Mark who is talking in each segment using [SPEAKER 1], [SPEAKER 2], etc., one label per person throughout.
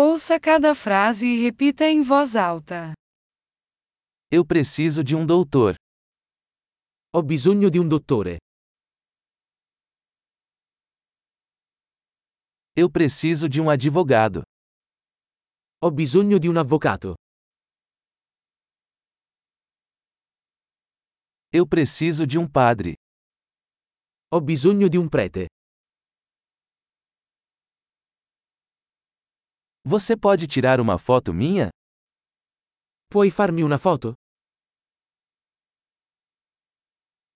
[SPEAKER 1] Ouça cada frase e repita em voz alta.
[SPEAKER 2] Eu preciso de um doutor.
[SPEAKER 3] Ho bisogno di un dottore.
[SPEAKER 2] Eu preciso de um advogado.
[SPEAKER 3] Ho bisogno di un avvocato.
[SPEAKER 2] Eu preciso de um padre.
[SPEAKER 3] Ho bisogno di un prete.
[SPEAKER 2] Você pode tirar uma foto minha?
[SPEAKER 3] Puoi farmi una foto?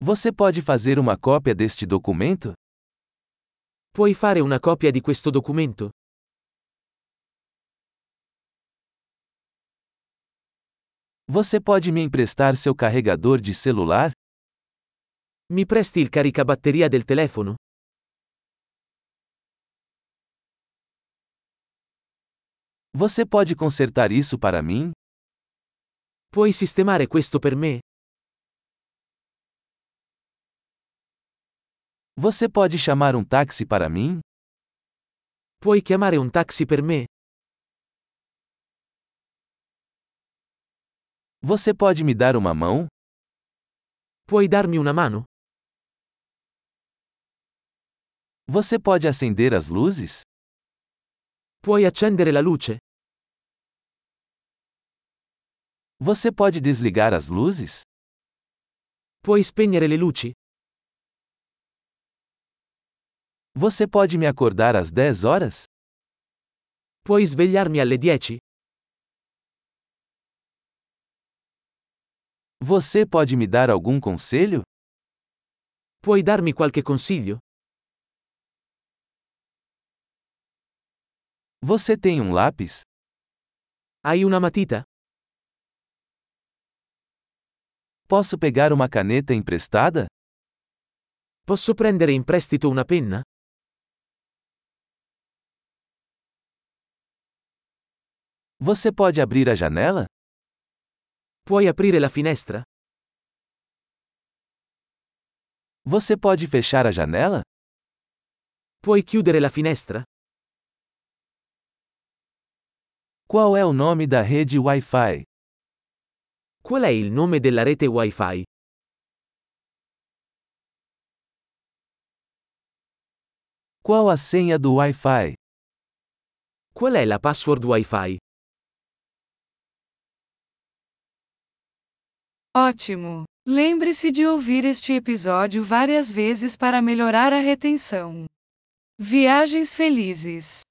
[SPEAKER 2] Você pode fazer uma cópia deste documento?
[SPEAKER 3] Puoi fare una copia di questo documento?
[SPEAKER 2] Você pode me emprestar seu carregador de celular?
[SPEAKER 3] Mi presti il caricabatteria del telefono?
[SPEAKER 2] Você pode consertar isso para mim?
[SPEAKER 3] Puoi sistemare questo per me?
[SPEAKER 2] Você pode chamar um táxi para mim?
[SPEAKER 3] Puoi chiamare un taxi per me?
[SPEAKER 2] Você pode me dar uma mão?
[SPEAKER 3] Puoi darmi una mano?
[SPEAKER 2] Você pode acender as luzes?
[SPEAKER 3] Puoi accendere la luce?
[SPEAKER 2] Você pode desligar as luzes?
[SPEAKER 3] Puoi spegnere le luci?
[SPEAKER 2] Você pode me acordar às 10 horas?
[SPEAKER 3] Puoi svegliarmi alle 10?
[SPEAKER 2] Você pode me dar algum conselho?
[SPEAKER 3] Puoi darmi qualche consiglio?
[SPEAKER 2] Você tem um lápis?
[SPEAKER 3] Hai una matita?
[SPEAKER 2] Posso pegar uma caneta emprestada?
[SPEAKER 3] Posso prendere in prestito una penna?
[SPEAKER 2] Você pode abrir a janela?
[SPEAKER 3] Puoi aprire la finestra?
[SPEAKER 2] Você pode fechar a janela?
[SPEAKER 3] Puoi chiudere la finestra?
[SPEAKER 2] Qual é o nome da rede Wi-Fi?
[SPEAKER 3] Qual è il nome della rete Wi-Fi?
[SPEAKER 2] Qual a senha do Wi-Fi?
[SPEAKER 3] Qual è la password Wi-Fi?
[SPEAKER 1] Ótimo! Lembre-se de ouvir este episódio várias vezes para melhorar a retenção. Viagens felizes!